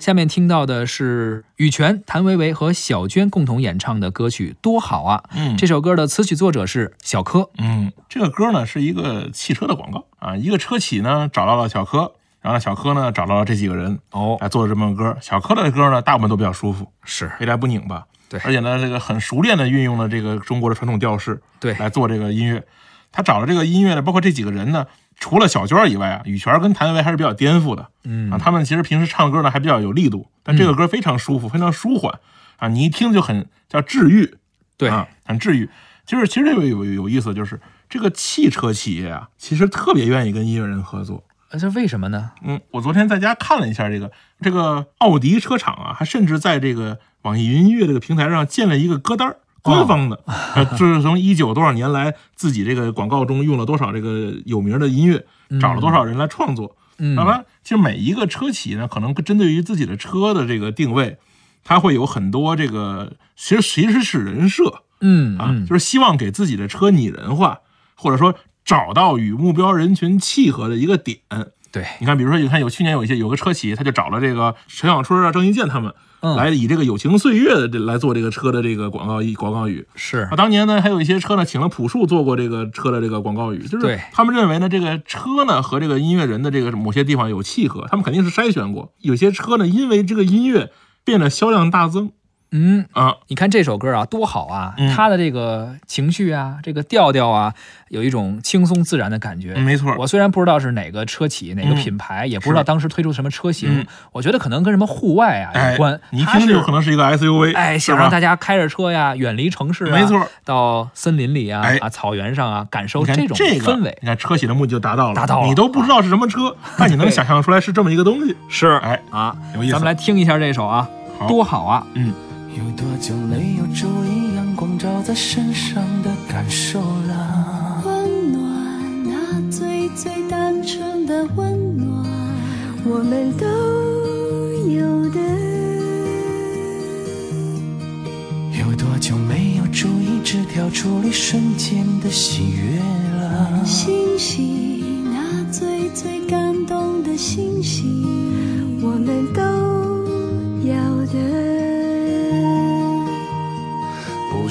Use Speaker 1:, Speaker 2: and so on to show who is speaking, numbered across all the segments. Speaker 1: 下面听到的是羽泉、谭维维和小娟共同演唱的歌曲《多好啊》。
Speaker 2: 嗯
Speaker 1: 这首歌的词曲作者是小柯。
Speaker 2: 嗯，这个歌呢是一个汽车的广告啊，一个车企呢找到了小柯，然后小柯呢找到了这几个人，
Speaker 1: 哦，
Speaker 2: 来做了这么个歌。小柯的歌呢大部分都比较舒服，
Speaker 1: 是
Speaker 2: 未来不拧巴，
Speaker 1: 对
Speaker 2: 而且呢这个很熟练的运用了这个中国的传统调式，
Speaker 1: 对
Speaker 2: 来做这个音乐。他找了这个音乐呢，包括这几个人呢，除了小娟儿以外啊，羽泉跟谭维维还是比较颠覆的，
Speaker 1: 嗯
Speaker 2: 啊，他们其实平时唱歌呢还比较有力度，但这个歌非常舒服，非常舒缓啊，你一听就很叫治愈，
Speaker 1: 对，
Speaker 2: 啊，很治愈。就是其实这个有有有意思，就是这个汽车企业啊，其实特别愿意跟音乐人合作。
Speaker 1: 呃这为什么呢？
Speaker 2: 嗯，我昨天在家看了一下这个这个奥迪车厂啊，还甚至在这个网易云音乐这个平台上建了一个歌单儿。官方的，呃，就是从一九多少年来自己这个广告中用了多少这个有名的音乐，找了多少人来创作。
Speaker 1: 嗯
Speaker 2: 那，么其实每一个车企呢，可能针对于自己的车的这个定位，它会有很多这个其实其实是人设，
Speaker 1: 嗯
Speaker 2: 啊，
Speaker 1: 嗯，
Speaker 2: 就是希望给自己的车拟人化，或者说找到与目标人群契合的一个点。
Speaker 1: 对，
Speaker 2: 你看，比如说，你看有去年有一些有个车企，他就找了这个陈小春啊、郑伊健他们
Speaker 1: 嗯
Speaker 2: 来以这个“友情岁月”的这来做这个车的这个广告语广告语。
Speaker 1: 是
Speaker 2: 啊，当年呢，还有一些车呢，请了朴树做过这个车的这个广告语，就是
Speaker 1: 对
Speaker 2: 他们认为呢，这个车呢和这个音乐人的这个某些地方有契合，他们肯定是筛选过。有些车呢，因为这个音乐变得销量大增
Speaker 1: 嗯。
Speaker 2: 啊，
Speaker 1: 你看这首歌啊，多好啊！
Speaker 2: 嗯
Speaker 1: 它的这个情绪啊，这个调调啊，有一种轻松自然的感觉。
Speaker 2: 没错儿，
Speaker 1: 我虽然不知道是哪个车企、哪个
Speaker 2: 嗯
Speaker 1: 品牌，也不知道当时推出什么车型
Speaker 2: 嗯，
Speaker 1: 我觉得可能跟什么户外啊
Speaker 2: 哎
Speaker 1: 有关。，
Speaker 2: 你一
Speaker 1: 它
Speaker 2: 听就是可能是一个 SUV，
Speaker 1: 哎，
Speaker 2: 是
Speaker 1: 想让
Speaker 2: 吧
Speaker 1: 大家开着车呀，远离城市啊，
Speaker 2: 没错儿，
Speaker 1: 到森林里啊、
Speaker 2: 哎
Speaker 1: 啊草原上啊，感受
Speaker 2: 你看
Speaker 1: 种
Speaker 2: 这个
Speaker 1: 氛围。
Speaker 2: 你看车企的目的就达到了，
Speaker 1: 达到了
Speaker 2: 你都不知道是什么车，但你能想象出来是这么一个 东西，
Speaker 1: 是
Speaker 2: 哎，
Speaker 1: 啊，
Speaker 2: 有意思。
Speaker 1: 咱们来听一下这首啊，
Speaker 2: 好
Speaker 1: 多好啊！
Speaker 3: 有多久没有注意阳光照在身上的感受了？
Speaker 4: 温暖，那最最单纯的温暖。
Speaker 5: 我们都有的。
Speaker 3: 有多久没有注意枝条处理瞬间的喜悦了？
Speaker 4: 星星，那最最感动的星星。
Speaker 5: 我们都要的，
Speaker 3: 不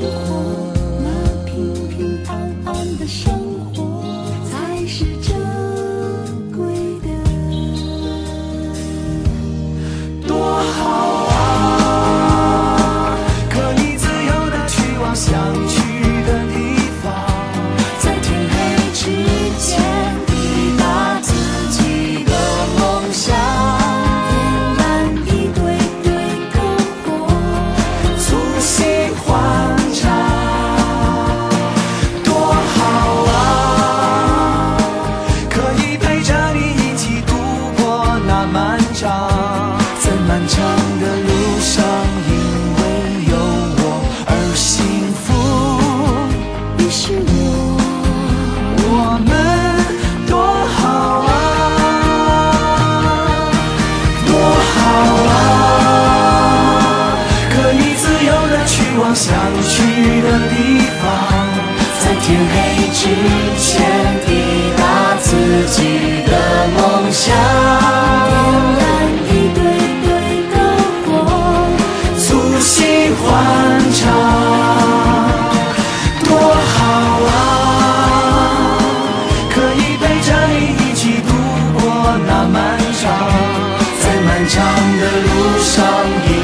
Speaker 3: 的。
Speaker 4: 那平平淡淡的生活才是珍贵的。
Speaker 3: 多好啊！可以自由的去往想去的地方，在天黑之前抵达自己的梦想。
Speaker 4: 点燃一堆堆篝火。
Speaker 3: 促膝欢唱，多好啊！可以陪着你一起度过那漫长，在漫长的路上，因为有我而幸福。
Speaker 4: 你是我，
Speaker 3: 我们多好啊，多好啊！可以自由的去往想去的地方，在天黑之前抵达自己的梦想。
Speaker 4: 点燃一堆堆篝火，
Speaker 3: 促膝欢唱，多好啊！可以陪着你一起度过那漫长，在漫长的路上，因啊